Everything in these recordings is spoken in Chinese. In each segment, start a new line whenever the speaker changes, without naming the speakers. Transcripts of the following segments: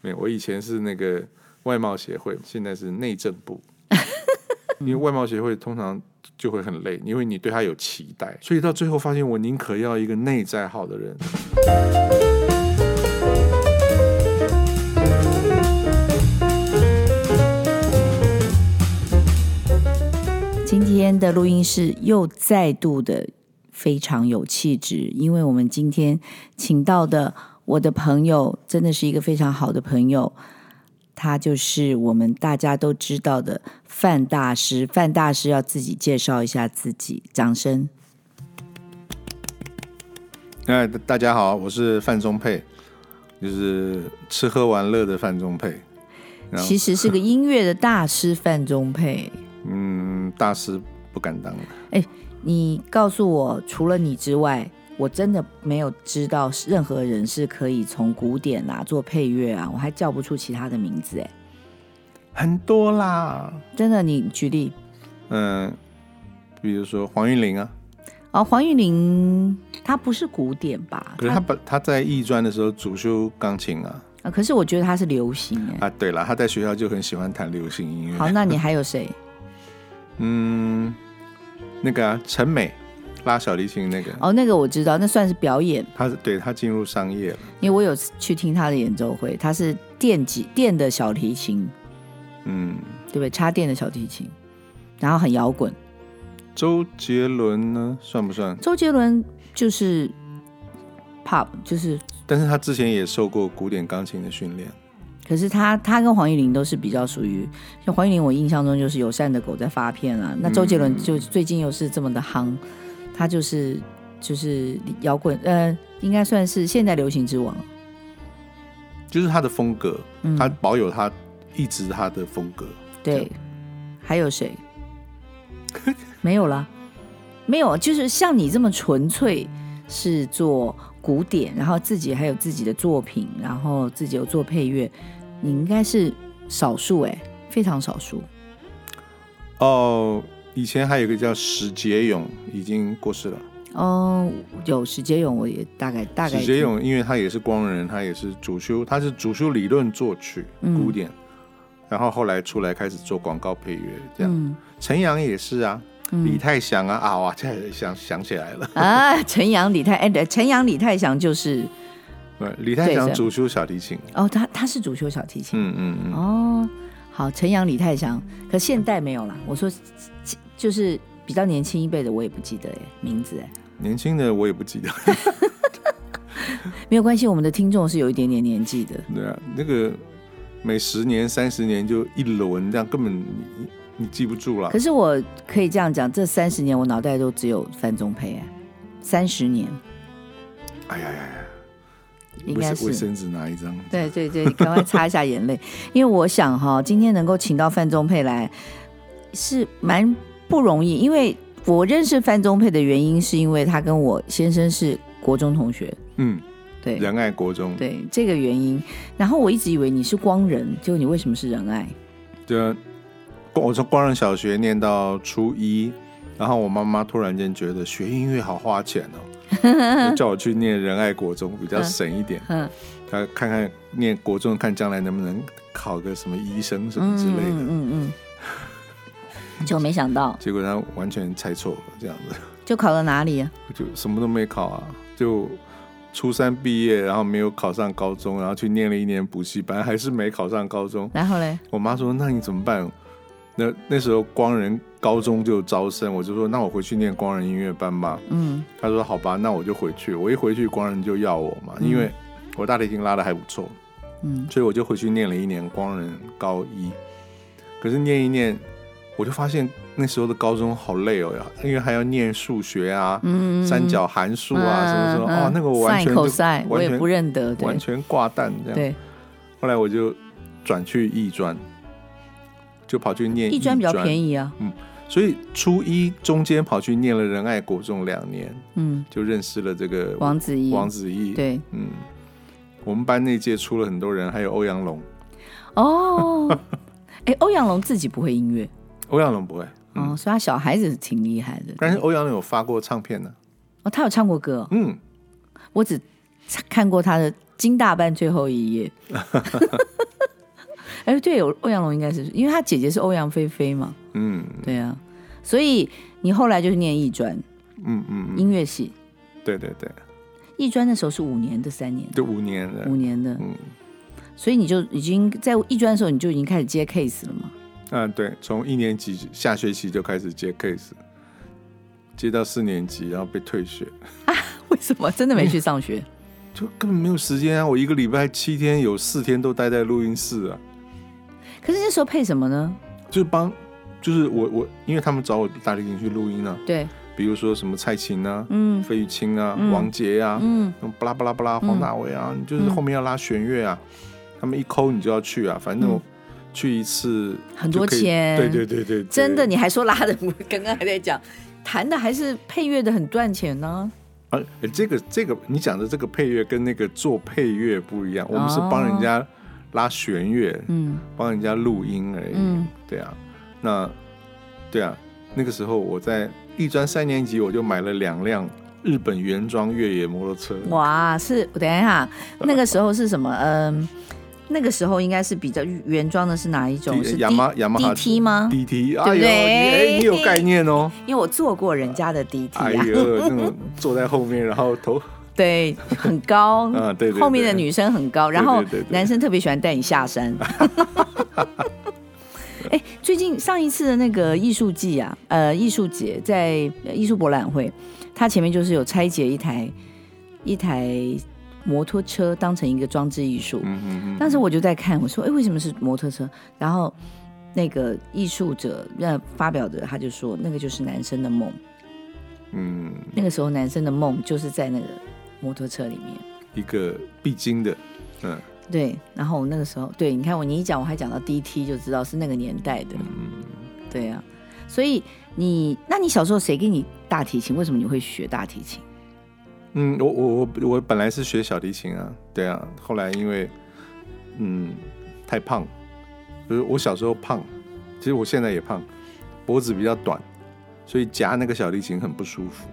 没有，我以前是那个外贸协会，现在是内政 部。因为外贸协会通常就会很累，因为你对他有期待，所以到最后发现我宁可要一个内在好的人。
今天的录音室又再度的非常有气质，因为我们今天请到的我的朋友真的是一个非常好的朋友，他就是我们大家都知道的范大师。范大师要自己介绍一下自己，掌声。
哎，大家好，我是范中佩，就是吃喝玩乐的范中佩。然后
其实是个音乐的大师范中佩。
嗯，大师不敢当了。
你告诉我，除了你之外，我真的没有知道任何人是可以从古典啊做配乐啊，我还叫不出其他的名字哎。
很多啦，
真的，你举例
嗯、比如说黄韵玲啊，
哦，黄韵玲她不是古典吧？
可是她本她在艺专的时候主修钢琴啊。
呃可是我觉得她是流行哎。
啊，对了，她在学校就很喜欢弹流行音
好，
乐。
那你还 有谁？
嗯，那个啊，陈美拉小提琴那个，
哦，那个我知道，那算是表演，
她对她进入商业了。
因为我有去听她的演奏会，她是电吉电的小提琴，
嗯，
对不对？插电的小提琴，然后很摇滚。
周杰伦呢算不算？
周杰伦就是 pop，就是
但是他之前也受过古典钢琴的训练。
可是他他跟黄玉玲都是比较属于，像黄玉玲，我印象中就是友善的狗在发片啊。那周杰伦就最近又是这么的夯，他就是就是摇滚，呃，应该算是现代流行之王。
就是他的风格，
嗯
他保有他一直他的风格。
对，还有谁？没有啦，没有，就是像你这么纯粹是做古典，然后自己还有自己的作品，然后自己有做配乐，你应该是少数哎、非常少数。
哦，以前还有一个叫史杰勇，已经过世了。
哦，有史杰勇，我也大概大概
史杰勇，因为他也是光人，他也是主修，他是主修理论作曲、
嗯
古典，然后后来出来开始做广告配乐，这样。
嗯
陈阳也是啊，李
嗯
泰祥啊，啊哇，这想想起来了，
啊，陈阳李泰哎，对陈阳李泰祥就是
对，李泰
对
祥
对
主修小提琴，
哦，他他是主修小提琴、
嗯嗯嗯，
哦，好，陈阳李泰祥，可现代没有啦。我说就是比较年轻一辈的，我也不记得哎名字哎，
年轻的我也不记得，
没有关系，我们的听众是有一点点年纪的，
对啊，那个每十年、三十年就一轮，这样根本你你你记不住了
可。是我可以这样讲，这三十年我脑袋都只有范仲培哎，三十年
哎呀呀呀，
应该
卫
是
生卫生纸拿一张，
对对对，你赶快擦一下眼泪， 因为我想哈，今天能够请到范仲佩来是蛮不容易，因为我认识范仲佩的原因是因为他跟我先生是国中同学，
嗯，
对
仁爱国中，
对这个原因。然后我一直以为你是光人，结果你为什么是仁爱？
对啊，光我从光仁小学念到初一，然后我妈妈突然间觉得学音乐好花钱 哦，就叫我去念仁爱国中比较省一点。
嗯
她看看念国中，看将来能不能考个什么医生什么之类的。
嗯嗯嗯，就没想到
结果她完全猜错了，这样子
就考了哪里啊？
就什么都没考啊，就。初三毕业，然后没有考上高中，然后去念了一年补习班，还是没考上高中。
然后嘞，
我妈说：“那你怎么办？”那那时候光仁高中就招生，我就说：“那我回去念光仁音乐班吧。
嗯”
她说：“好吧，那我就回去。”我一回去，光仁就要我嘛，因为我大提琴拉的还不错，
嗯，
所以我就回去念了一年光仁高一。可是念一念，我就发现那时候的高中好累哦呀，因为还要念数学啊、
嗯
三角函数啊、什么什么哦，那个我完全就
口塞，我
完
也
全
不认得，
完
对
全挂蛋这样。
对，
后来我就转去艺专，就跑去念
一专比较
宜，
便宜啊，
所以初一中间跑去念了仁爱国中两年，
嗯。
就认识了这个
王子怡，
王子毅。，
对
嗯，我们班那届出了很多人，还有欧阳龙，
哦，哎、欧阳龙自己不会音乐、
欧阳龙不会，嗯
哦，所以他小孩子挺厉害的。
但是欧阳龙有发过唱片呢、
哦，他有唱过歌哦、
嗯，
我只看过他的《金大班最后一页》 哎，对，有欧阳龙应该是，因为他姐姐是欧阳菲菲嘛，
嗯
对啊，所以你后来就是念艺专
嗯嗯，嗯
音乐系，
对对对，
艺专那时候是五年的，三年，
就五年了
五，年的，
嗯
所以你就已经在艺专的时候你就已经开始接 case 了嘛，
啊，对，从一年级下学期就开始接 case，接到四年级，然后被退学，
为什么真的没去上学？
就根本没有时间啊！我一个礼拜七天有四天都待在录音室啊，
可是那时候配什么呢？
就是帮，就是我我，因为他们找我大提琴去录音啊，
对，
比如说什么蔡琴啊、
嗯
费玉清啊、
嗯
王杰啊，
嗯
那种巴拉巴拉巴拉，黄大炜啊，你就是后面要拉弦乐啊，
嗯
他们一抠你就要去啊，反正我去一次
很
就
多
可以
钱
对对对对，对
真的，你还说拉的，我刚刚还在讲，弹的还是配乐的很赚钱呢、
啊，哎这个这个你讲的这个配乐跟那个做配乐不一样，我们是
哦
帮人家拉弦乐，
嗯
帮人家录音而已，
嗯
对啊，那对啊，那个时候我在艺专三年级我就买了两辆日本原装越野摩托车，
哇，是等一下，那个时候是什么？嗯、那个时候应该是比较原装的是哪一种？
D-
是
雅马雅马哈
DT 吗？
DT，哎呦，
对不
你
对
哎你有概念 哦。
因为我坐过人家的 DT
哎
啊，
呦，那 种坐在后面，然后头
对，很高，
啊对对对
后面的女生很高，然后
对对对对
男生特别喜欢带你 下山。哎，最近上一次的那个艺术季啊，呃，艺术节在呃艺术博览会，它前面就是有拆解一台一台摩托车当成一个装置艺术，
嗯嗯
当时我就在看，我说：“哎，为什么是摩托车？”然后那个艺术者那发表的，他就说：“那个就是男生的梦。
嗯，
那个时候男生的梦就是在那个摩托车里面。
一个必经的，嗯”
对，然后我那个时候，对，你看我你一讲，我还讲到 DT 就知道是那个年代的，
嗯，
对啊。所以你，那你小时候谁给你大提琴？为什么你会学大提琴？
嗯，我我我我本来是学小提琴啊，对啊，后来因为嗯太胖，就是我小时候胖，其实我现在也胖，脖子比较短，所以夹那个小提琴很不舒服。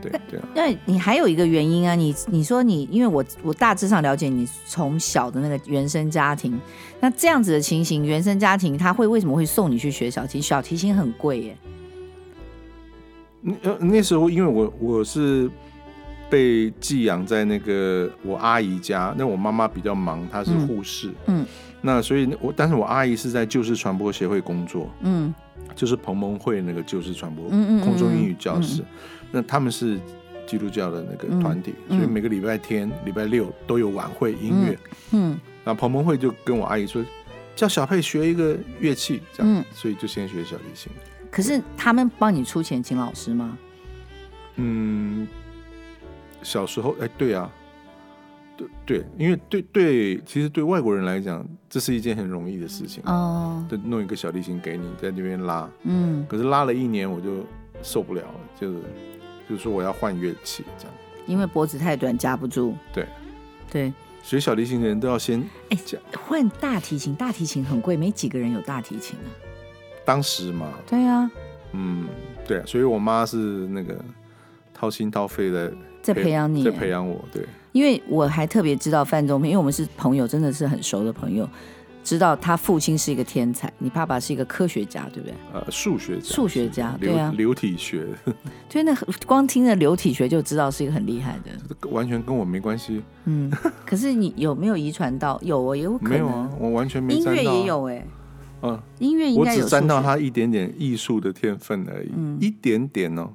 对对啊，
那你还有一个原因啊，你你说你，因为我我大致上了解你从小的那个原生家庭，那这样子的情形，原生家庭他会为什么会送你去学小提？小提琴很贵耶，
那呃那时候因为我我是被寄养在那个我阿姨家，那我妈妈比较忙，她是
嗯
护士，
嗯
那所以呢我，但是我阿姨是在旧式传播协会工作，
嗯
就是彭蒙会那个旧式传播
嗯嗯嗯
空中英语教室，那他们是基督教的那个团体，
嗯嗯
所以每个礼拜天、礼拜六都有晚会音乐。
嗯
然后彭蒙会就跟我阿姨说，叫小佩学一个乐器，这样，
嗯。
所以就先学小提琴。
可是他们帮你出钱请老师吗？
嗯，小时候，哎，对啊。对对，因为对对，其实对外国人来讲，这是一件很容易的事情，
哦，
就弄一个小提琴给你，在那边拉，
嗯，
可是拉了一年我就受不了了，就是就是说我要换乐器这样。
因为脖子太短夹不住。
对
对，
学小提琴的人都要先，
换大提琴，大提琴很贵，没几个人有大提琴啊。
当时嘛，
对啊，
嗯，对、啊，所以我妈是那个掏心掏肺的
在培养你耶，
在培养我，对，
因为我还特别知道范仲平，因为我们是朋友，真的是很熟的朋友，知道他父亲是一个天才，你爸爸是一个科学家，对不对？
呃，数学家，
数学家
是
对啊
流流体学，
所以那光听着流体学就知道是一个很厉害的，
完全跟我没关系，
嗯。可是你有没有遗传到？有哦，有可
没
能。
有啊，我完全没
音
沾
乐
到、
也，有哎、
嗯、
音乐应
我
该有
只沾到
数学。嗯
她一点点艺术的天分而已，一点点哦。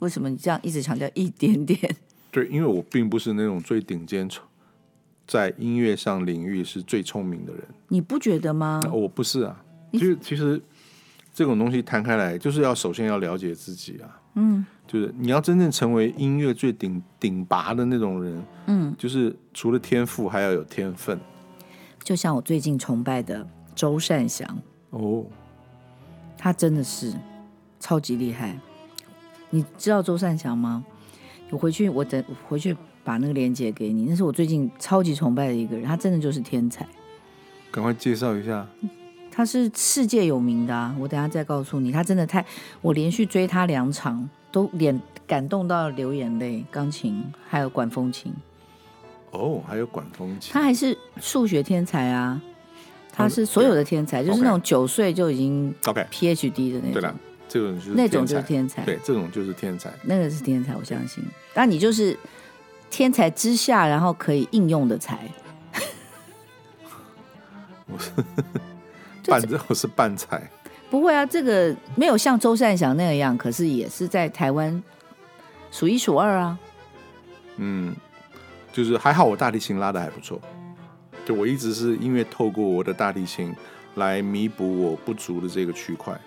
为什么你这样一直强调一点点？
对，因为我并不是那种最顶尖，在音乐上领域是最聪明的人，
你不觉得吗？
我不是啊。就是其实这种东西摊开来，就是要首先要了解自己啊。嗯，就是你要真正成为音乐最顶顶拔的那种人，
嗯，
就是除了天赋，还要有天分。
就像我最近崇拜的周善祥，
哦，
他真的是超级厉害。你知道周善祥吗？我回去，我等我回去把那个链接给你。那是我最近超级崇拜的一个人，他真的就是天才，
赶快介绍一下。
他是世界有名的啊！我等下再告诉你，他真的太……我连续追他两场，都脸感动到流眼泪。钢琴还有管风琴，
哦，还有管风琴
他还是数学天才啊！
哦
他是所有的天才，就是那种九岁就已经
OK，
PhD 的那种，
对啦，这种就是
那种就
天
是
才
天才，
对，这种就是天才。
那个是天才，我相信。那你就是天才之下，然后可以应用的才，
我是
这
半，我是半才，
不会啊，这个没有像周善祥那样，可是也是在台湾数一数二啊。
嗯，就是还好我大提琴拉的还不错，对我一直是因为透过我的大提琴来弥补我不足的这个区块。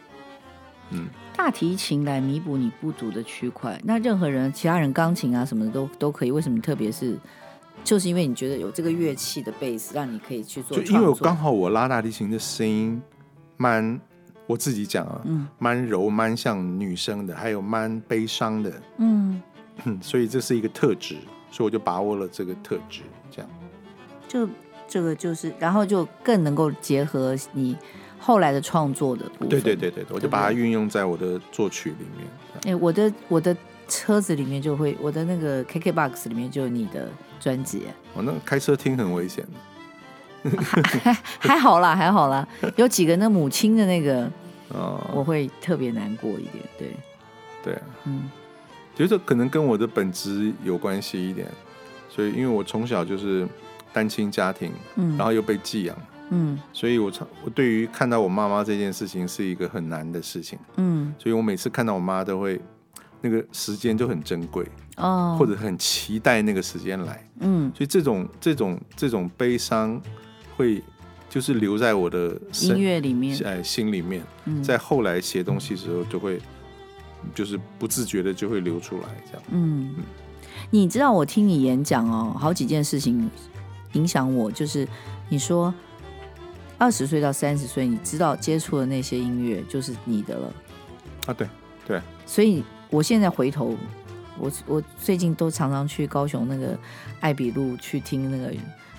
大提琴来弥补你不足的区块，那任何人，其他人钢琴啊什么的都都可以。为什么特别是，就是因为你觉得有这个乐器的贝斯，让你可以去做
就
创作。
因为我刚好我拉大提琴的声音蛮，我自己讲啊，
嗯
蛮柔蛮像女生的，还有蛮悲伤的，
嗯，
嗯所以这是一个特质，所以我就把握了这个特质，这样。
就这个就是，然后就更能够结合你后来的创作的部分。
对对对对对，我就把它运用在我的作曲里面。
哎、我的我的车子里面就会，我的那个 KKBOX 里面就有你的专辑，
我、哦那开车听很危险的，
还好啦，还好啦，有几个那母亲的那 个，
啊、
我会特别难过一点，对，
对啊，
嗯，
觉得可能跟我的本质有关系一点，所以因为我从小就是单亲家庭，
嗯
然后又被寄养，
嗯
所以我常我对于看到我妈妈这件事情是一个很难的事情，
嗯，
所以我每次看到我妈都会那个时间就很珍贵，
哦，
或者很期待那个时间来，
嗯，
所以这种这种这种悲伤会就是留在我的身
音乐里面，
哎心里面，
嗯
在后来写东西的时候就会就是不自觉的就会流出来这样。
嗯，你知道我听你演讲哦，好几件事情影响我，就是你说二十岁到三十岁，你知道接触的那些音乐就是你的了。
啊，对，
所以我现在回头，我我最近都常常去高雄那个爱比路去听那个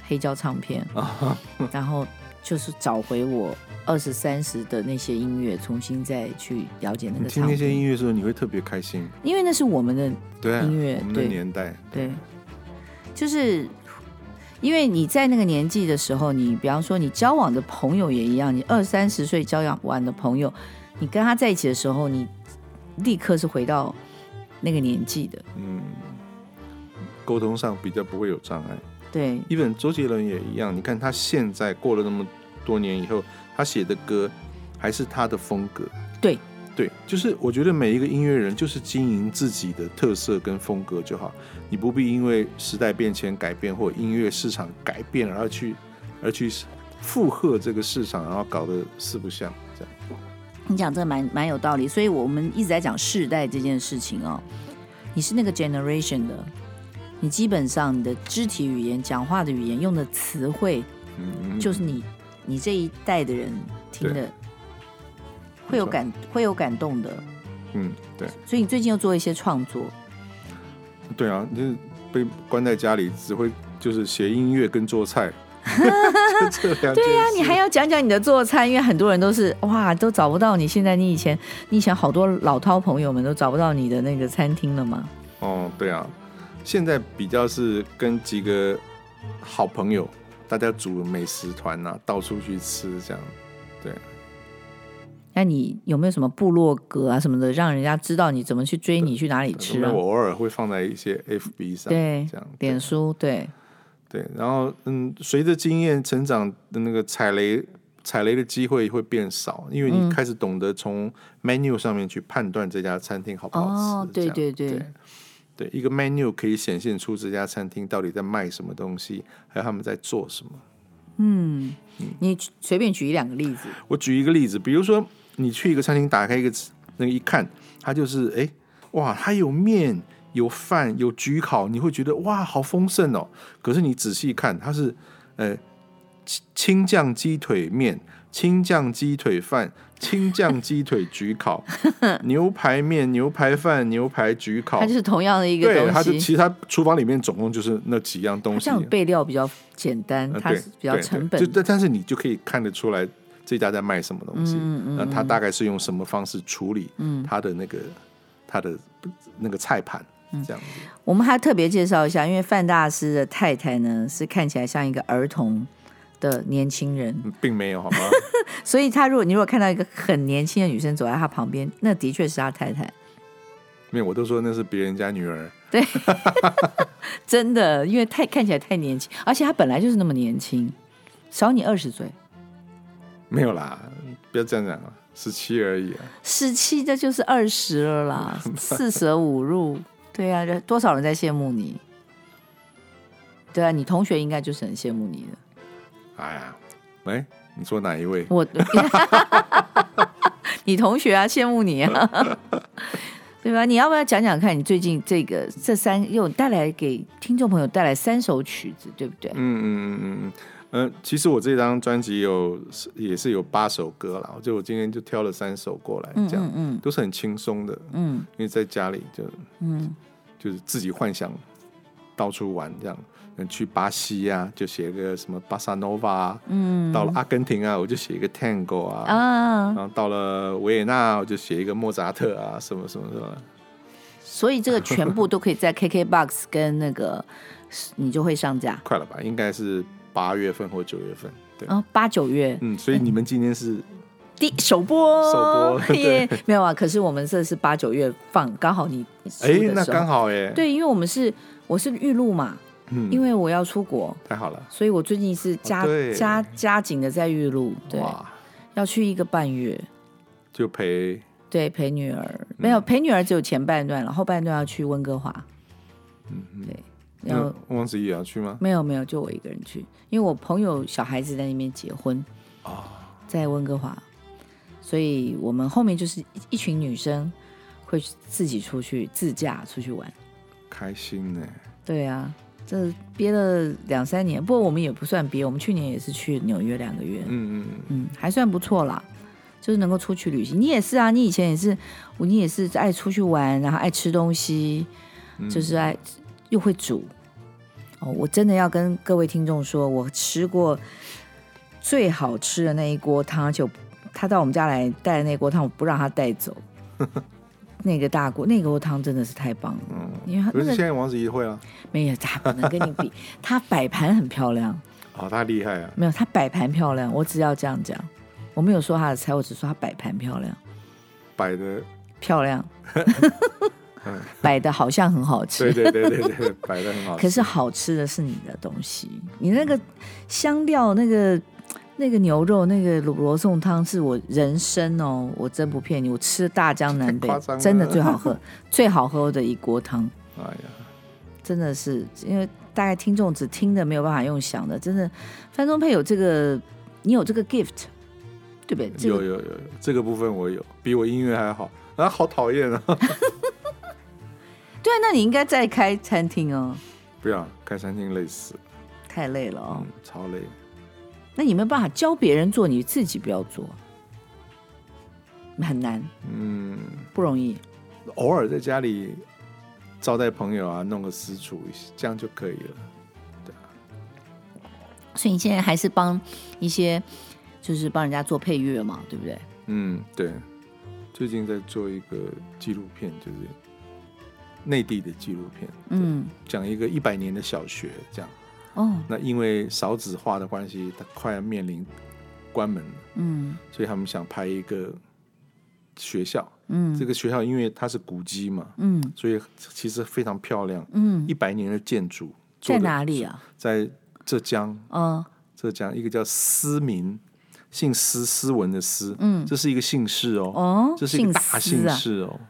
黑胶唱片，
啊
然后就是找回我二十三十的那些音乐，重新再去了解那
你
个
听
唱
那些
片，
音乐的时候，你会特别开心。
因为那是我们的
对啊，
音乐
我们的
对
年代，
对，就是。因为你在那个年纪的时候，你比方说你交往的朋友也一样，你二三十岁交往的朋友，你跟他在一起的时候，你立刻是回到那个年纪的。
嗯，沟通上比较不会有障碍。
对，
even 周杰伦也一样，你看他现在过了那么多年以后，他写的歌还是他的风格。
对
对，就是我觉得每一个音乐人就是经营自己的特色跟风格就好，你不必因为时代变迁改变或音乐市场改变而去而去附和这个市场，然后搞得四不像这样。
你讲这蛮蛮有道理，所以我们一直在讲世代这件事情哦。你是那个 generation 的，你基本上你的肢体语言、讲话的语言、用的词汇，
嗯，
就是你你这一代的人听的，会有感会有感动的。
嗯，对。
所以你最近又做一些创作，
对啊，你就是被关在家里，只会就是写音乐跟做菜， 就这两件事。
对呀、你还要讲讲你的做菜，因为很多人都是哇，都找不到你。现在你以前你以前好多老饕朋友们都找不到你的那个餐厅了嘛？
哦，对啊，现在比较是跟几个好朋友，大家组美食团呐、到处去吃这样。
那你有没有什么部落格啊什么的，让人家知道你怎么去追你去哪里吃
那
啊？
我偶尔会放在一些 FB 上，
对
这样
脸书对，
对。然后嗯，随着经验成长的那个踩雷。踩雷的机会会变少，因为你开始懂得从 menu 上面去判断这家餐厅好不好吃。
哦，对
这样
对对，
对对，一个 menu 可以显现出这家餐厅到底在卖什么东西，还有他们在做什么。
你随便举一两个例子，
我举一个例子，比如说你去一个餐厅，打开一个那个一看，它就是哎、诶哇，它有面、有饭、有焗烤，你会觉得哇，好丰盛哦。可是你仔细看，它是呃青青酱鸡腿面、青酱鸡腿饭、青酱鸡腿焗 烤、牛排面、牛排饭、牛排焗烤
它就。是同样的一个
对，它就
东
其
西，
实它厨房里面总共就是那几样东
它
西
这，样备料比较简单，
呃
它
对
是比较
对对
成
就
本。
但但是你就可以看得出来这家在卖什么东西，
嗯
那他大概是用什么方式处理他的那个、他的那个菜盘
嗯
这样子。
我们还特别介绍一下，因为范大师的太太呢是看起来像一个儿童的年轻人，
并没有好吗？
所以他如果你如果看到一个很年轻的女生走在他旁边，那的确是他太太，
没有，我都说那是别人家女儿。
真的，因为太看起来太年轻，而且他本来就是那么年轻，少你二十岁，
没有啦，不要这样讲啊，十七而已啊。
十七这就是二十了啦， 四舍五入，对啊，人多少人在羡慕你？对啊，你同学应该就是很羡慕你的。
哎呀，喂，你说哪一位？
我， 你同学啊，羡慕你啊， 对吧？你要不要讲讲看你最近这个这三又带来给听众朋友带来三首曲子，对不对？
嗯嗯嗯嗯嗯，呃，其实我这张专辑有是也是有八首歌啦，就我今天就挑了三首过来，这样、
嗯
都是很轻松的，
嗯
因为在家里就
嗯
就是自己幻想到处玩这样。嗯去巴西啊，就写个什么巴萨诺瓦啊；
嗯
到了阿根廷啊，我就写一个 tango 啊；
啊，
然后到了维也纳，我就写一个莫扎特啊，什么什么什么。
所以这个全部都可以在 KKBOX 跟那个你就会上架
快了吧？应该是八月份或九月份。对，
啊，八九月
嗯，所以你们今天是
第首播，
首 播
耶，没有啊，可是我们这是八九月放，刚好你
哎、那刚
好
好哎、，
对，因为我们是我是预录嘛，因
嗯，
为我要出国。
太好了，
所以我最近是加、
哦对
加加紧的在预录，对，
哇，
要去一个半月，
就陪
对，陪女儿，
嗯
没有陪女儿只有前半段了，后半段要去温哥华，嗯，对，然后、
那汪子怡也要去吗？
没有没有，就我一个人去，因为我朋友小孩子在那边结婚，
啊、
在温哥华，所以我们后面就是一一群女生会自己出去自驾出去玩，
开心呢、
对啊。这憋了两三年，不过我们也不算憋，我们去年也是去纽约两个月，
嗯嗯
嗯，还算不错啦，就是能够出去旅行。你也是啊，你以前也是，你也是爱出去玩，然后爱吃东西，
嗯，
就是爱又会煮。哦，我真的要跟各位听众说，我吃过最好吃的那一锅汤，而且我他到我们家来带的那锅汤，我不让他带 走。那个大锅，那锅汤真的是太棒了，
嗯，
因为他
可
那
是现
个
在王子怡会了，啊
没有，他不能跟你比， 他摆盘很漂亮。
哦，她厉害啊，
没有，她摆盘漂亮，我只要这样讲，我没有说她的菜，我只说她摆盘漂亮，
摆的，
漂 亮，摆的好像很好吃
对，对对对对，摆的很好吃。
可是好吃的是你的东西，你那个香料那个。那个牛肉，那个卤罗宋汤是我人生哦，我真不骗你，我吃了大江南北
太夸张，了
真的最好喝， 最好喝的一锅汤。
哎呀，
真的是因为大概听众只听的没有办法用想的，真的范仲佩有这个，你有这个 gift，对不对？这
有
个
有有有，这个部分我有，比我音乐还好，啊，好讨厌啊！
对啊，那你应该再开餐厅哦，
不要开餐厅累死了，
太累了哦
嗯。，超累。
那你没有办法教别人做，你自己不要做，很难，
嗯，
不容易。
偶尔在家里招待朋友啊，弄个私厨，这样就可以了。
所以你现在还是帮一些，就是帮人家做配乐嘛，对不对？
嗯，对，最近在做一个纪录片，就是内地的纪录片，
嗯，
讲一个一百年的小学这样。
哦，
那因为少子化的关系，它快要面临关门了，
嗯
所以他们想拍一个学校。
嗯
这个学校因为它是古迹嘛，
嗯
所以其实非常漂亮，
嗯，
一百年的建筑。
在哪？里啊？
在浙江，
嗯
浙江一个叫思明，姓思斯文的思，
嗯
这是一个姓氏哦，
哦，
这是一个大
姓
姓
司啊，
氏哦。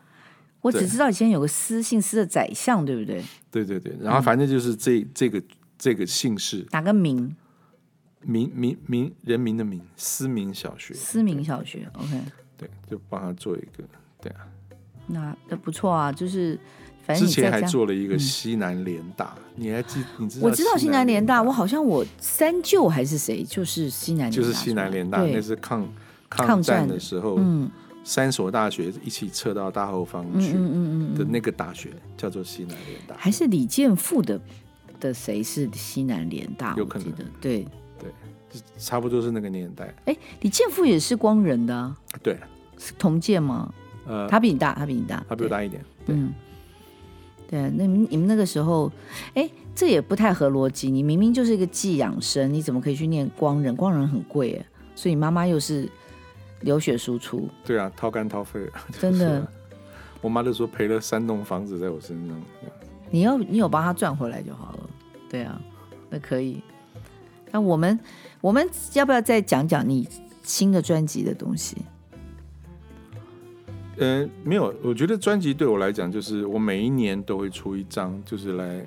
我只
对
知道以前有个司，姓司的宰相，对不对？
对对对，
嗯
然后反正就是这、这个这个姓氏，
哪个名？
民民民人民的民，思明小学，
思明小学，OK，
对，就帮他做一个，对啊。
那那不错啊，就是反
之
正你在
前还
家。
做了一个西南联大，你还记？你知道
我知道西南联大，
吗
我好像我三舅还是谁，就是西南联大
就
出来，
是西南联大，那
对，
是抗
抗战
战
的
的时候，
嗯
三所大学一起撤到大后方
嗯
去
嗯嗯嗯
的
嗯，
那个大学，叫做西南联大。
还是李建富的的谁是西南联大？
有可能
我记得对。
差不多是那个年代。
哎，李建富也是光仁的、啊，
对，
是同届吗？
呃，
他比你大，他比你大，
他比我大一点。
对。嗯，对，那你们你们那个时候，哎，这也不太合逻辑。你明明就是一个寄养生，你怎么可以去念光人？光人很贵耶，所以妈妈又是流血 输出，
对啊，掏肝掏肺，
真
是
的
啊。我妈就说赔了三栋房子在我身上，
你要你有帮他赚回来就好了。对啊，那可以。那我们我们要不要再讲讲你新的专辑的东西？
呃，没有，我觉得专辑对我来讲，就是我每一年都会出一张，就是来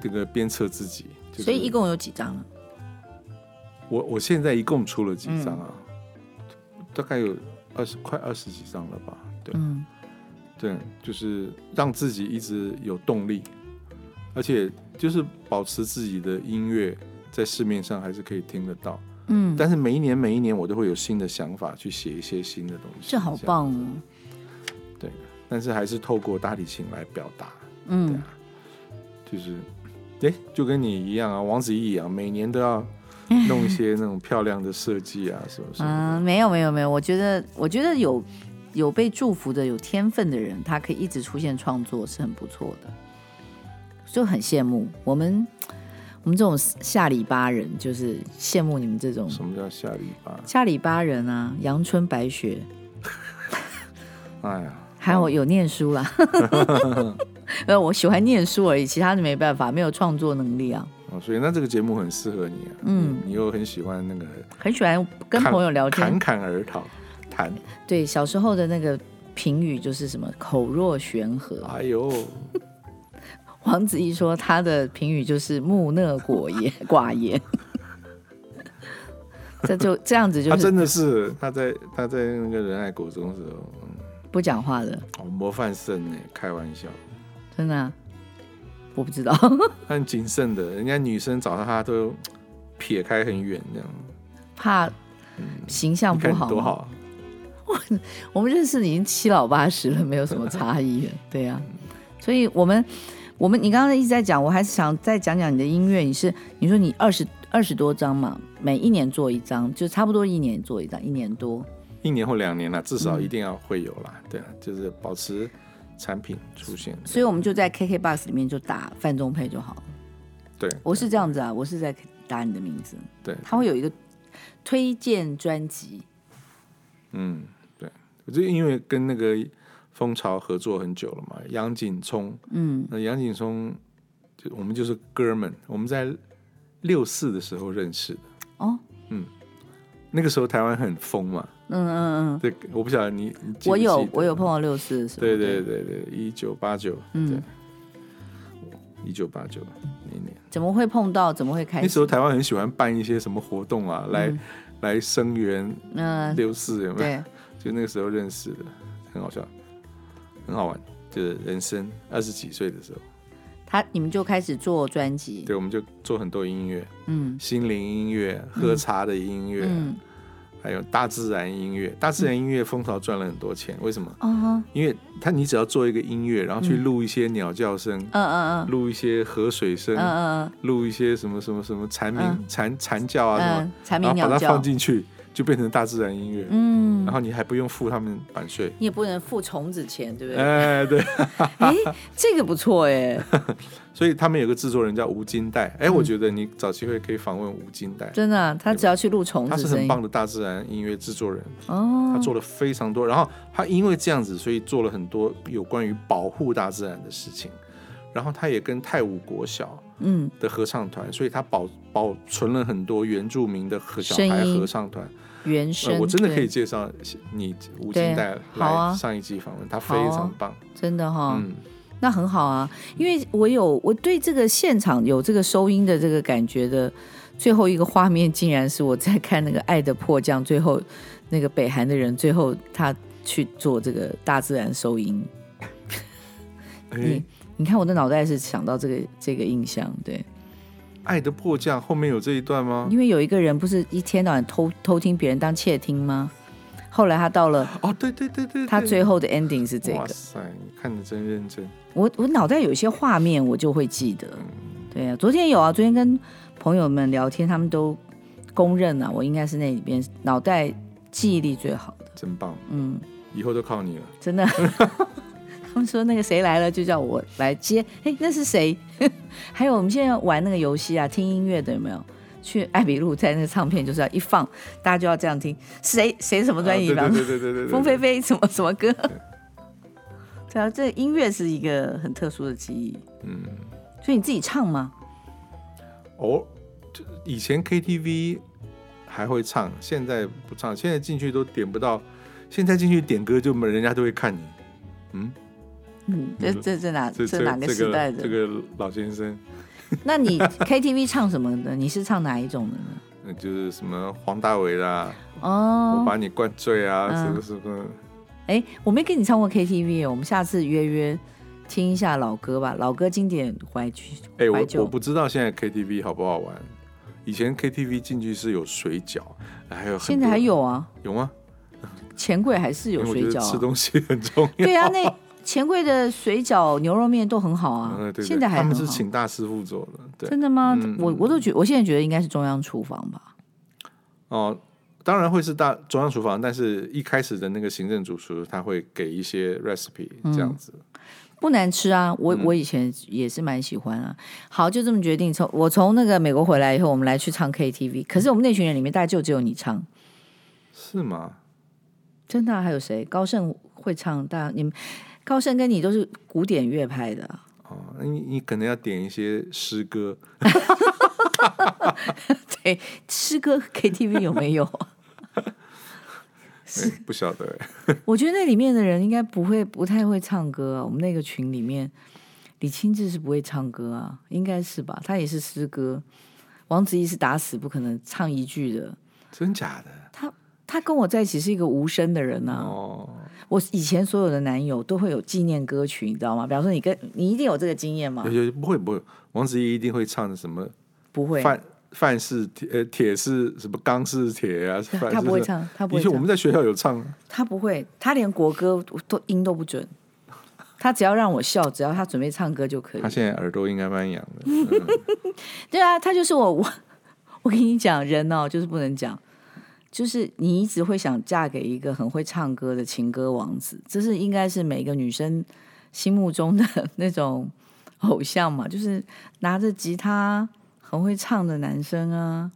这个鞭策自己。就是、
所以一共有几张了？
我我现在一共出了几张啊？大概有二十快二十几张了吧？对、
嗯，
对，就是让自己一直有动力，而且就是保持自己的音乐在市面上还是可以听得到。
嗯，
但是每一年每一年我都会有新的想法去写一些新的东西，
这好
样
棒哦。
但是还是透过大提琴来表达。对
嗯
啊，就是，哎、就跟你一样啊，王子异啊，每年都要弄一些那种漂亮的设计啊，什么什么
嗯，没有没有没有，我觉得我觉得有有被祝福的、有天分的人，他可以一直出现创作是很不错的，就很羡慕我们我们这种下里巴人，就是羡慕你们这种
的。什么叫下篱笆？
下里巴人啊，阳春白雪，
哎呀，
还有有念 书啦。呃，我喜欢念书而已，其他的没办法，没有创作能力啊。
哦，所以那这个节目很适合你啊，
嗯
嗯，你又很喜欢那个
很喜欢跟
侃
朋友聊天
侃，侃而谈，谈，
对小时候的那个评语就是什么口若悬河，
哎呦，
黄子怡说他的评语就是木讷寡言，寡言。 这就这样子，
他
就是
啊真的是他在他在那个仁爱国中的时候，
不讲话的，
哦，模范生呢，开玩笑，
真的啊、我不 知道。
他很谨慎的，人家女生找到他都撇开很远这样，
怕形象
你
不
看
好，
你多好。啊。
我们认识已经七老八十了，没有什么差异了，对呀、所以我们我们你刚刚一直在讲，我还是想再讲讲你的音乐。你是你说你二十二十多张嘛，每一年做一张，就差不多一年做一张，一年多。
一年或两年啦，至
嗯
少一定要会有啦，对啊，就是保持产品出现。
所以我们就在 KKBox 里面就打范仲佩就好了。
对，
我是这样子啊，我是在打你的名字，
对，
他会有一个推荐专辑，
嗯，对，我就因为跟那个蜂巢合作很久了嘛，杨景聪，
嗯，
那杨景聪就我们就是哥们，我们在六四的时候认识的，嗯
哦，
那个时候台湾很疯嘛，
嗯嗯嗯，
对，我不晓得你，你记不
我有
记得
我有碰到六四的时候，
对对对对，一九八九，
嗯
对，一九八九那一年。
怎么会碰到？怎么会开
那时候
始？
台湾很喜欢办一些什么活动啊，来、来声援
嗯、
六四有没有？
对，
就那个时候认识的，很好笑，很好玩。就是人生二十几岁的时候，
嗯他你们就开始做专辑，
对，我们就做很多音乐，
嗯
心灵音乐、喝茶的音乐，
嗯
还有大自然音乐。大自然音乐蜂巢赚了很多钱，为什么？
哦，嗯
因为他你只要做一个音乐，然后去录一些鸟叫声，
嗯嗯
录一些河水声，
嗯嗯
录一些什么什么什么蝉鸣、
嗯
蝉蝉叫啊什么，
嗯，蝉鸣
然后把
鸟
它
叫
放，进去，就变成大自然音乐，
嗯
然，后你还不用付他们版税。
你也不能付虫子钱，对不对？
哎，对，
哎、这个不错哎、
所以他们有个制作人叫吴金代，
嗯
哎，我觉得你找机会可以访问吴金代，
真的啊、他只要去录虫
他
子
是
声
很
音，
棒的大自然音乐制作人，
哦，
他做了非常多，然后他因为这样子，所以做了很多有关于保护大自然的事情，然后他也跟泰武国小
嗯
的合唱团，所以他保保存了很多原住民的和小
声
孩
音
合唱团，
原声、
呃，我真的可以
对
介绍你吴
对
金代
好啊哦
来上一集访问，他非
好啊
常棒，
真的哈、
嗯。
那很好啊，因为我有我对这个现场有这个收音的这个感觉的，最后一个画面竟然是我在看那个《爱的迫降》，最后那个北韩的人最后他去做这个大自然收音。
哎
你你看我的脑袋是想到这个这个印象，对，
爱的迫降后面有这一段吗？
因为有一个人不是一天到晚偷偷听别人当窃听吗？后来他到了，
哦，对对对 对，对
他最后的 ending 是这
哇
个。
塞，你看的真认真。
我我脑袋有一些画面，我就会记得。对啊，昨天有啊，昨天跟朋友们聊天，他们都公认啊，我应该是那里边脑袋记忆力最好的。
真棒，
嗯，
以后都靠你了。
真的。 他们说那个谁来了就叫我来接，哎，那是谁？ 还有我们现在玩那个游戏啊，听音乐的有没有？去爱比路在那个唱片就是要一放，大家就要这样听，谁谁什么专辑
啊对
吧？
对对对对对对，
风飞飞什么什么歌？对啊，这音乐是一个很特殊的记忆。
嗯，
所以你自己唱吗？
哦，就以前 KTV 还会唱，现在不唱，现在进去都点不到，现在进去点歌就没人家都会看你，嗯，
嗯，这这这哪
这
这哪个
这
时代的？
这个老先生，
那你 KTV 唱什么的？你是唱哪一种的呢？
那呃就是什么黄大炜啦， 我
哦，
把你灌醉啊，
嗯
什么什么，
哎，我没跟你唱过 KTV，哦我们下次约约听一下老歌吧，老歌经典怀旧。
哎、
怀
我
旧
我不知道现在 KTV 好不好玩，以前 KTV 进去是有水饺，还有很
现在
多
还有啊，
有吗？
钱柜还是有
因为
水
我觉
饺、
得吃
啊。
东西很重要。
对啊，那钱柜的水饺、牛肉面都很好啊，
嗯 对对
现在还
他
很
们是
好。
请大师傅做的，对
真的吗？
嗯
我我都觉，我现在觉得应该是中央厨房吧。
哦，当然会是大中央厨房，但是一开始的那个行政主厨他会给一些 recipe
嗯
这样子，
不难吃啊，我、
嗯
我以前也是蛮喜欢啊。好，就这么决定。从我从那个美国回来以后，我们来去唱 KTV。可是我们那群人里面，大概就只有你唱，
是吗？
真的啊、还有谁？高盛会唱，大你们高盛跟你都是古典乐派的啊，
哦，那你你可能要点一些诗歌，
对，诗歌 KTV 有没有？
哎不晓得，
我觉得那里面的人应该不会不太会唱歌啊、我们那个群里面，李清志是不会唱歌啊，应该是吧？他也是诗歌，王子异是打死不可能唱一句的。
真假的？
他他跟我在一起是一个无声的人啊。
哦，
我以前所有的男友都会有纪念歌曲，你知道吗？比方说你跟你一定有这个经验吗
有？有不会不会，王子怡一定会唱的什么
不会，
范范是铁呃铁是什么钢是铁啊？
对
范
他不会
是什么
唱，他不
以
会
前我们
唱，
在学校有唱，啊
他不会，他连国歌都音都不准。他只要让我笑，只要他准备唱歌就可以
他。现在耳朵应该蛮痒的。嗯
对啊，他就是我，我我跟你讲，人哦，就是不能讲，就是你一直会想嫁给一个很会唱歌的情歌王子，这是应该是每个女生心目中的 那种偶像嘛，就是拿着吉他很会唱的男生啊。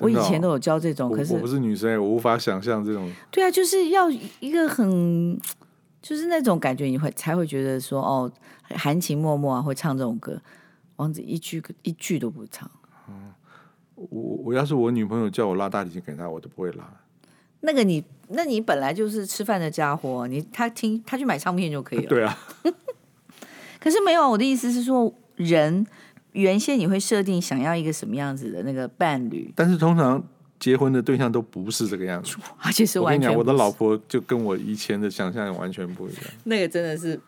我
真
以
的哦
前都有教这种，
我
可是
我不是女生欸，我无法想象这种。
对啊，就是要一个很，就是那种感觉，你会才会觉得说，哦，含情脉脉啊，会唱这种歌。王子一句一句都不唱。
我我我要是我女朋友叫我拉大提琴给她，我都不会拉。
那个你，那你本来就是吃饭的家伙，你他听他去买唱片就可以 了。
对啊，
可是没有，我的意思是说，人原先你会设定想要一个什么样子的那个伴侣，
但是通常结婚的对象都不是这个样子。
而且是
我跟
完
你讲，
全
我的
不是
老婆就跟我以前的想象完全不一样。
那个真的是，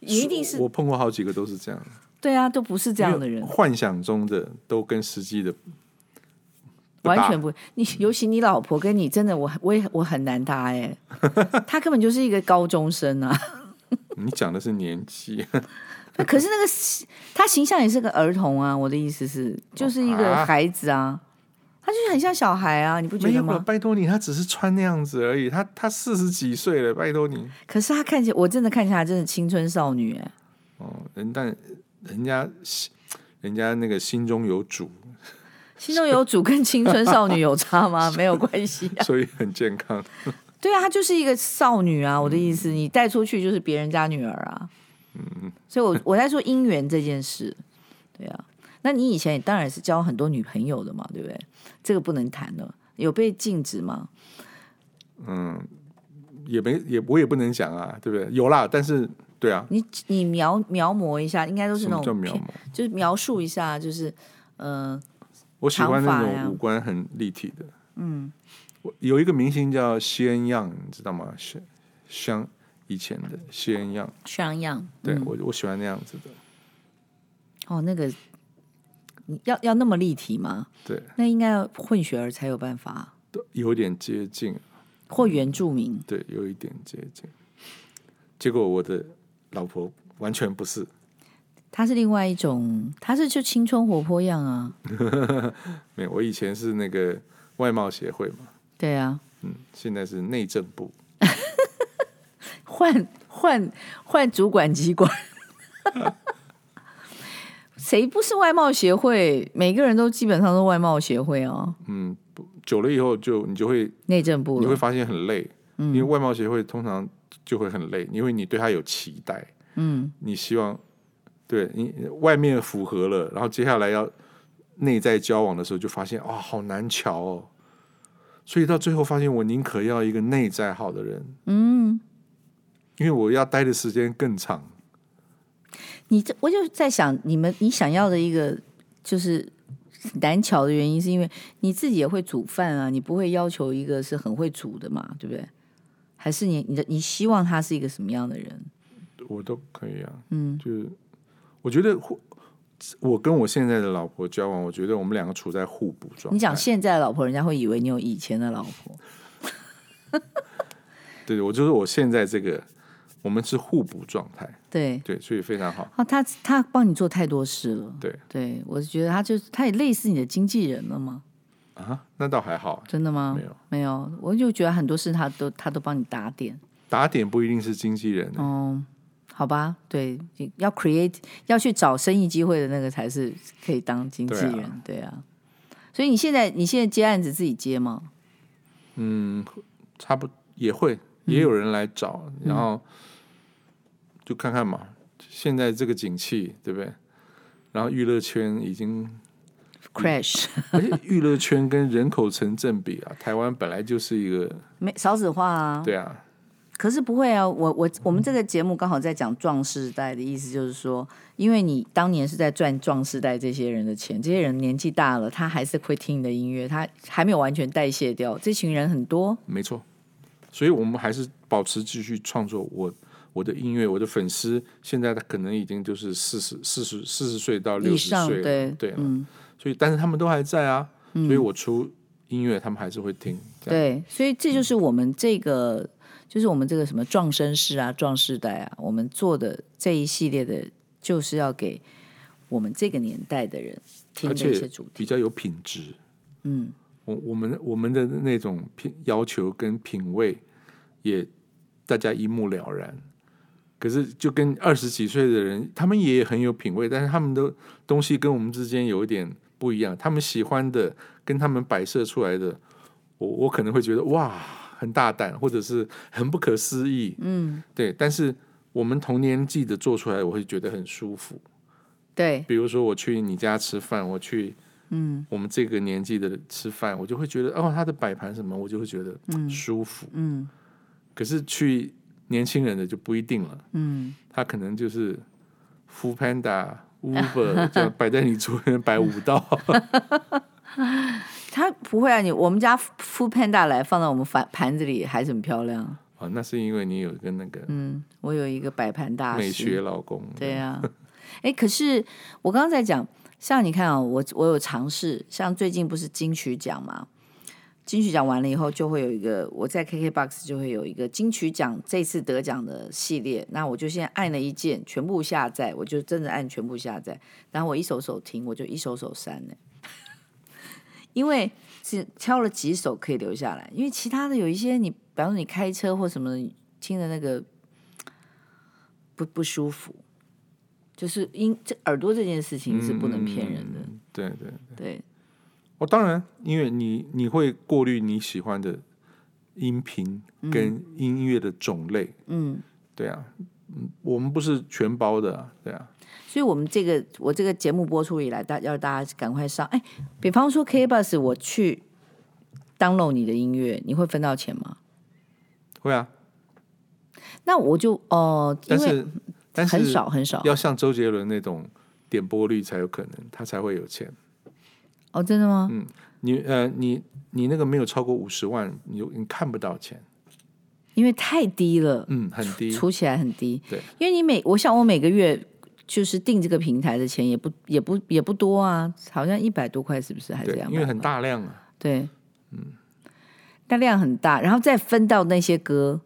一定是
我碰过好几个都是这样，
对啊，都不是这样的
因
人
为，幻想中的都跟实际的不嗯搭
完全不。你尤其你老婆跟你真的我，我也我很难搭 哎、她根本就是一个高中生啊。
你讲的是年纪，
那可是那个他形象也是个儿童啊，我的意思是，就是一个
啊
孩子啊，他就是很像小孩 啊，你不觉
没
得
有
吗
了，？拜托你，她只是穿那样子而已。她她四十几岁了，拜托你。
可是她看起来，我真的看起来真的青春少女 哎、
哦，人但人家心人家那个心中有 主，
心中有主跟青春少女有 差吗？没有关系啊。
所以很健康。
对啊，她就是一个少女
嗯
啊，我的意思，你带出去就是别人家女儿啊。嗯，所以我 我在说姻缘这件事，对啊。那你以前也当然是交很多女朋友的嘛，对不对？这个不能谈了，有被禁止吗？
嗯，也没也我也不能讲啊，对不对？有啦，但是对啊，
你你描描摹一下，应该都是
什
那
么
种
叫描
片
摹？
就是描述一下，就是嗯、
我喜欢
长
那
发呀
种五官很立体的。嗯，我有一个明星叫谢恩样，你知道吗？谢像以前的谢恩样，
呃，像样
对、我我喜欢那样子的。
哦，那个你要要那么立体吗？
对，
那应该要混血儿才有办法，
都有点接近，
或原住民。
对，有一点接近。结果我的老婆完全不是，
他是另外一种，他是就青春活泼样啊，
没有，我以前是那个外貌协会嘛，
对啊，
嗯，现在是内政部。
换换换主管机关。谁不是外贸协会？每个人都基本上都外贸协会哦，
嗯，不久了以后就你就会
内政部
你会
了。嗯
发现很累，因为外贸协会通常就会很累，因为你对他有期待，
嗯，
你希望对你外面符合了，然后接下来要内在交往的时候，就发现哇、好难瞧哦。所以到最后发现，我宁可要一个内在好的人，嗯，因为我要待的时间更长。
你这我就在想，你们你想要的一个就是难巧的原因，是因为你自己也会煮饭啊，你不会要求一个是很会煮的嘛，对不对？还是你你的你希望他是一个什么样的人？
我都可以啊，
嗯，
就是我觉得互我跟我现在的老婆交往，我觉得我们两个处在互补状态。
你讲现在的老婆，人家会以为你有以前的老婆。
对对，我就是我现在这个，我们是互补状态，
对，
对，所以非常好。
哦，他他帮你做太多事了。
对
对，我是觉得他就他也类似你的经纪人了吗？
啊，那倒还好，
真的吗？
没有
没有，我就觉得很多事他都他都帮你打点。
打点不一定是经纪人，
哦，好吧，对，要 create 要去找生意机会的那个才是可以当经纪
对啊
人，对啊。所以你现在你现在接案子自己接吗？
差不也会也有人来找，然后就看看嘛。现在这个景气，对不对？然后娱乐圈已经，
crash
而且娱乐圈跟人口成正比啊，台湾本来就是一个，
没少子化啊，
对啊，
可是不会啊，我我我
嗯
们这个节目刚好在讲壮世代的意思，就是说，因为你当年是在赚壮世代这些人的钱，这些人年纪大了，他还是会听你的音乐，他还没有完全代谢掉，这群人很多，
没错。所以我们还是保持继续创作我。我的音乐，我的粉丝现在可能已经就是四十、四十、四十岁到六
以
十
上
岁了，
对
对了，
嗯，
所以但是他们都还在啊，所以我出音乐，他们还是会听。这样，
对，所以这就是我们这个，就是我们这个什么壮绅士啊、壮世代啊，我们做的这一系列的，就是要给我们这个年代的人听
而
的一些
且
主题，
比较有品质。
嗯，
我我们我们的那种品要求跟品味也大家一目了然。可是就跟二十几岁的人，他们也很有品味，但是他们的东西跟我们之间有一点不一样。他们喜欢的跟他们摆设出来的，我我可能会觉得哇，很大胆，或者是很不可思议。嗯，对。但是我们同年纪的做出来，我会觉得很舒服。
对，
比如说我去你家吃饭，我去嗯我们这个年纪的吃饭，我就会觉得哦，他的摆盘什么，我就会觉得舒服。
嗯
可是去年轻人的就不一定了，
嗯，
他可能就是 f o o Panda、Uber 这样摆在你桌边摆五 道，
他不会啊，你我们家 Food Panda 来放到我们盘盘子里还是很漂亮，
啊，那是因为你有一个那个
嗯，我有一个摆盘大师，
美学老公。
对啊， 哎，可是我刚刚在讲，像你看啊、我我有尝试，像最近不是金曲奖嘛，金曲奖完了以后就会有一个，我在 KKBOX 就会有一个金曲奖这次得奖的系列，那我就先按了一键全部下载，我就真的按全部下载，然后我一首首听，我就一首首删呢、 因为只挑了几首可以留下来，因为其他的有一些你，比方说你开车或什么听的那个不不舒服，就是因这耳朵这件事情是不能骗人的，
嗯对对，
对
哦，当然，因为你你会过滤你喜欢的音频跟音乐的种类，
嗯。
对啊，嗯我们不是全包的、啊，对啊，
所以我们这个我这个节目播出以来，大要大家赶快上。哎，比方说 K Bus，我去 download 你的音乐，你会分到钱吗？
会啊，
那我就哦、因
但
为
是但是
很少啊很少
要像周杰伦那种点播率才有可能，他才会有钱。
哦，真的吗？
你呃，你你那个没有超过五十万，你就你看不到钱，
因为太低了，
嗯，很低，
除起来很低。
对，
因为你每我想我每个月就是定这个平台的钱也不也不也不多啊，好像一百多块是不是？还是
对，
两
因为很
百？
大量啊，
对，嗯，那量很大，然后再分到那些歌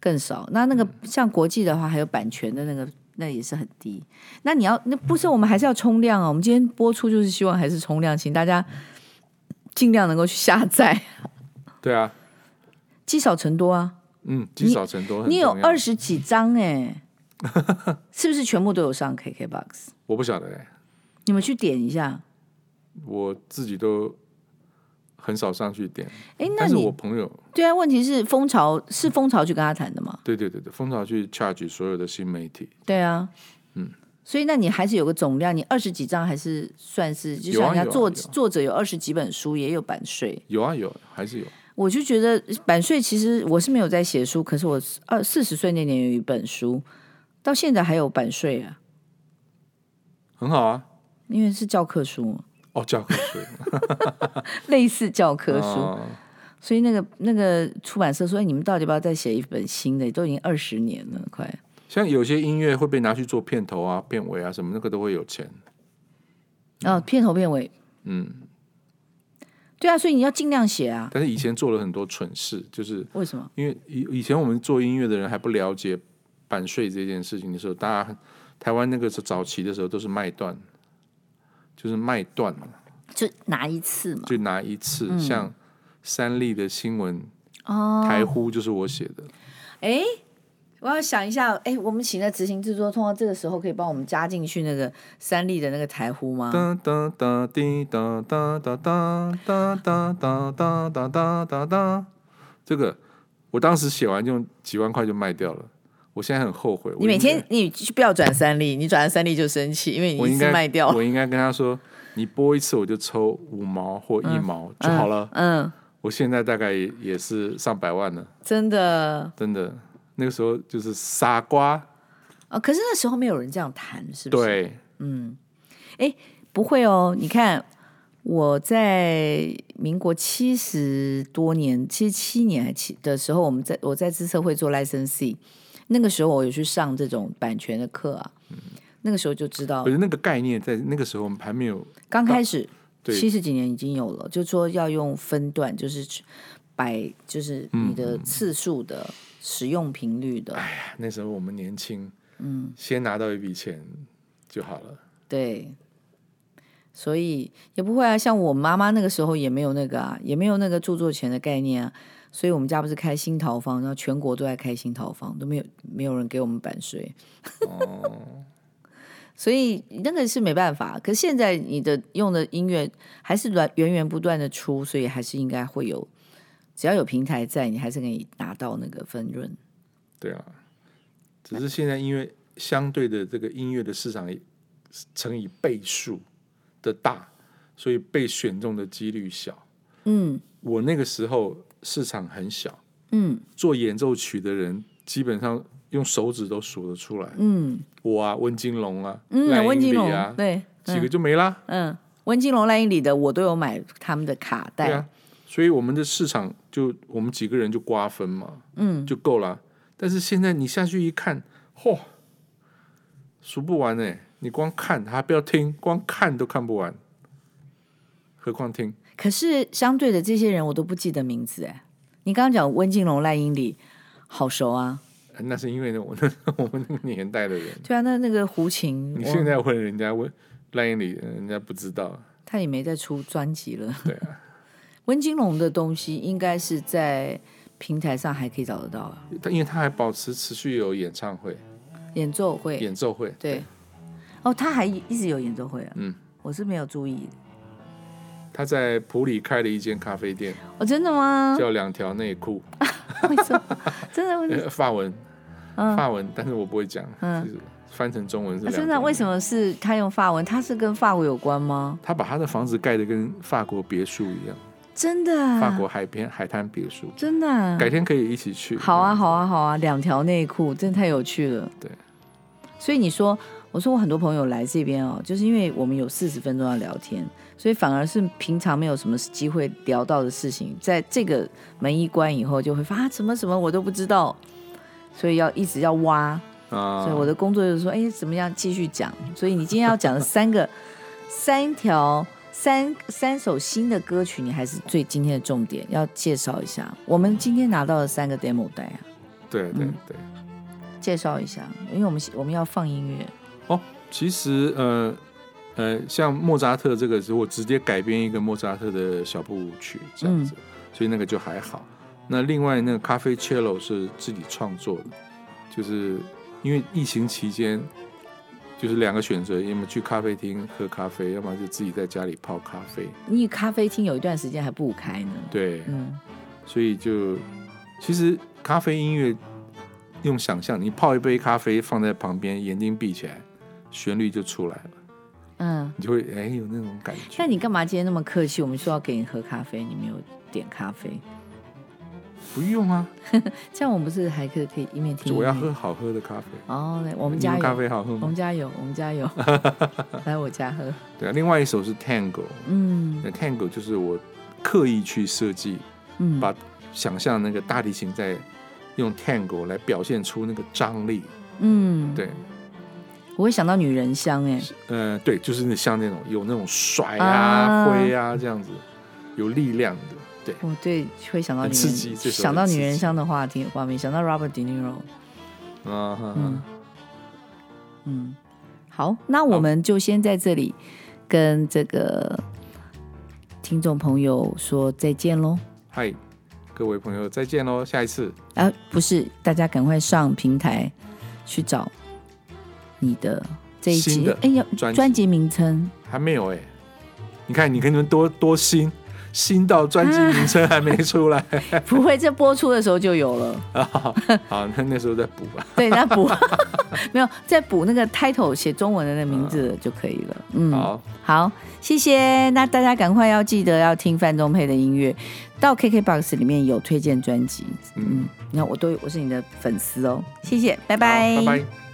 更少。那那
嗯
个像国际的话，还有版权的那个，那也是很低。那你要那不是我们还是要冲量啊？我们今天播出就是希望还是冲量，请大家尽量能够去下载，
对啊，
积少成多啊。
嗯，积少成多很
你有
重要
二，十几张哎、 是不是全部都有上 KKBOX？
我不晓得哎、
你们去点一下。
我自己都很少上去点，
哎，那
嗯但是我
你
朋友，
对啊？问题是蜂巢是蜂巢去跟他谈的吗？
对对对对，蜂巢去 charge 所有的新媒体，
对啊，嗯，所以那你还是有个总量，你二十几张还是算是，就
有啊
像人
有
家
啊
作、
有啊
作者有二十几本书，也有版税。
有啊有，还是有，
我就觉得版税其实我是没有在写书，可是我二四十岁那年有一本书，到现在还有版税啊，
很好啊。
因为是教科书，
哦，教科 书，
类似教科书，
哦
所以那个那个出版社说，哎你们到底要不要再写一本新的？都已经二十年了，快。
像有些音乐会被拿去做片头啊、片尾啊什么，那个都会有钱。
啊，片头片尾，
嗯，
对啊，所以你要尽量写啊。
但是以前做了很多蠢事，就是
为什么？
因为以以前我们做音乐的人还不了解版税这件事情的时候，大家台湾那个是早期的时候都是卖断，就是卖断嘛，
就拿一次嘛。
就拿一次，像三立的新闻
嗯哦，
台呼就是我写的，
哎，我要想一下，哎，我们请的执行制作，通常这个时候可以帮我们加进去那个三立的那个台呼吗？
噔噔噔滴噔噔噔噔噔噔噔噔噔噔噔噔，这个我当时写完就几万块就卖掉了，我现在很后悔。我
你每
应
天
该
你就不要转三立，你转了三立就生气，因为
我
你一
应
次
该
卖掉。
我应该跟他说，你播一次我就抽五毛或一毛就好了。
嗯，
我现在大概也也是上百万了，
真的
真的。那个时候就是傻瓜，
啊、哦可是那时候没有人这样谈，是不是？，
对，
不会哦。你看我在民国七十多年，七十七年还七的时候，我们在我在资策会做 licensee，那个时候我有去上这种版权的课啊。那个时候就知道
我觉，得那个概念在那个时候还没有
刚开始
对
七十几年已经有了，就说要用分段，就是摆，就是你的次数的、使用频率的，
啊那时候我们年轻，嗯，先拿到一笔钱就好了。
对，所以也不会啊。像我妈妈那个时候也没有那个啊，也没有那个著作权的概念啊。所以我们家不是开新桃坊，然后全国都在开新桃坊，都没有没有人给我们版税。 所以那个是没办法。可是现在你的用的音乐还是源源源不断的出，所以还是应该会有，只要有平台在，你还是可以拿到那个分润。
对啊，只是现在因为相对的这个音乐的市场也乘以倍数的大，所以被选中的几率小。
嗯
我那个时候市场很小，
嗯
做演奏曲的人基本上用手指都数得出来。
嗯
我啊，温金龙啊，赖
嗯，
英
温金
里
龙、
啊，
对，
几个就没啦。
嗯，温金龙、赖英里的我都有买他们的卡带，
对啊，所以我们的市场就我们几个人就瓜分嘛，
嗯，
就够了。但是现在你下去一看，嚯，数不完哎、你光看还不要听，光看都看不完，何况听？
可是相对的这些人我都不记得名字哎。你刚刚讲温金龙、赖英里，好熟啊。
呃那是因为呢，我那我们 那个年代的人，
对啊，那那个胡琴，
你
我
现在问人家问赖英里，人家不知道。
他也没再出专辑了。
对啊，
温金龙的东西应该是在平台上还可以找得到啊，
但因为他还保持持续有演唱会、
演奏会。
演奏会，
对，哦，他还一直有演奏会啊。
嗯，
我是没有注意。
他在普里开了一间咖啡店，
哦，真的吗？
叫两条内裤。
为什么？真的吗？
呃，法文，
嗯
法文，但是我不会讲，
嗯
就是翻成中文是、
啊真的啊？为什？么是他用法文？他是跟法国有关吗？
他把他的房子盖得跟法国别墅一样，
真的啊？
法国海边海滩别墅。
真的啊？
改天可以一起去。
好啊，，好啊，好啊，两条内裤，真的太有趣了。
对，
所以你说，我说我很多朋友来这边哦，就是因为我们有四十分钟要聊天，所以反而是平常没有什么机会聊到的事情，在这个门一关以后，就会发啊什么什么我都不知道，所以要一直要挖。
啊，
所以我的工作就是说，哎，怎么样继续讲？所以你今天要讲的三个 三条。三三首新的歌曲，你还是最今天的重点要介绍一下。我们今天拿到的三个 demo 带啊，
对对
嗯
对。
介绍一下，因为我们我们要放音乐，
哦，其实呃呃，像莫扎特这个是我直接改编一个莫扎特的小步舞曲这样子，所以那个就还好。那另外那个咖啡 cello 是自己创作的，就是因为疫情期间，就是两个选择，要么去咖啡厅喝咖啡，要么就自己在家里泡咖啡。
你咖啡厅有一段时间还不开呢。
对，
嗯，
所以就其实咖啡音乐用想象，你泡一杯咖啡放在旁边，眼睛闭起来，旋律就出来了，
嗯，
你就会哎有那种感觉
那。你干嘛今天那么客气？我们说要给你喝咖啡，你没有点咖啡，
不用啊，
嗯这样我们不是还可以可以一面听？
我要喝。好喝的咖啡。
哦，对我
我
们家
咖
有，
啡好喝
我
吗
们？家有，我们 家有，来我家喝。
对啊，另外一首是 Tango，
嗯
那 Tango 就是我刻意去设计，
嗯，
把想象那个大提琴在用 Tango 来表现出那个张力。
嗯，
对，
我会想到女人香哎、
呃，对，就是那像那种有那种甩
啊
啊、挥啊这样子，有力量的。对，
我对会想到女
很刺激
人，
这首
想到
很
女
刺
人
激
香的话题画面，想到 Robert De Niro，
啊哈
嗯
哈，
嗯，好，那我们就先在这里跟这个听众朋友说再见喽。
嗨，各位朋友，再见喽，下一次。
啊，不是，大家赶快上平台去找你的这一
新
集
的，
哎呀，
专辑
专辑名 称
还没有哎、你看你跟你们多多新，新到专辑名称还没出来
不会，这播出的时候就有 了。
啊。好，那那时候再补吧。
对，那补 没有再补那个 title 写中文的那名字就可以了。 嗯，
好，
好，谢谢。那大家赶快要记得要听范仲佩的音乐，到 KKBOX 里面有推荐专辑。
嗯，
你看，我都我是你的粉丝哦，谢谢，拜
好拜拜。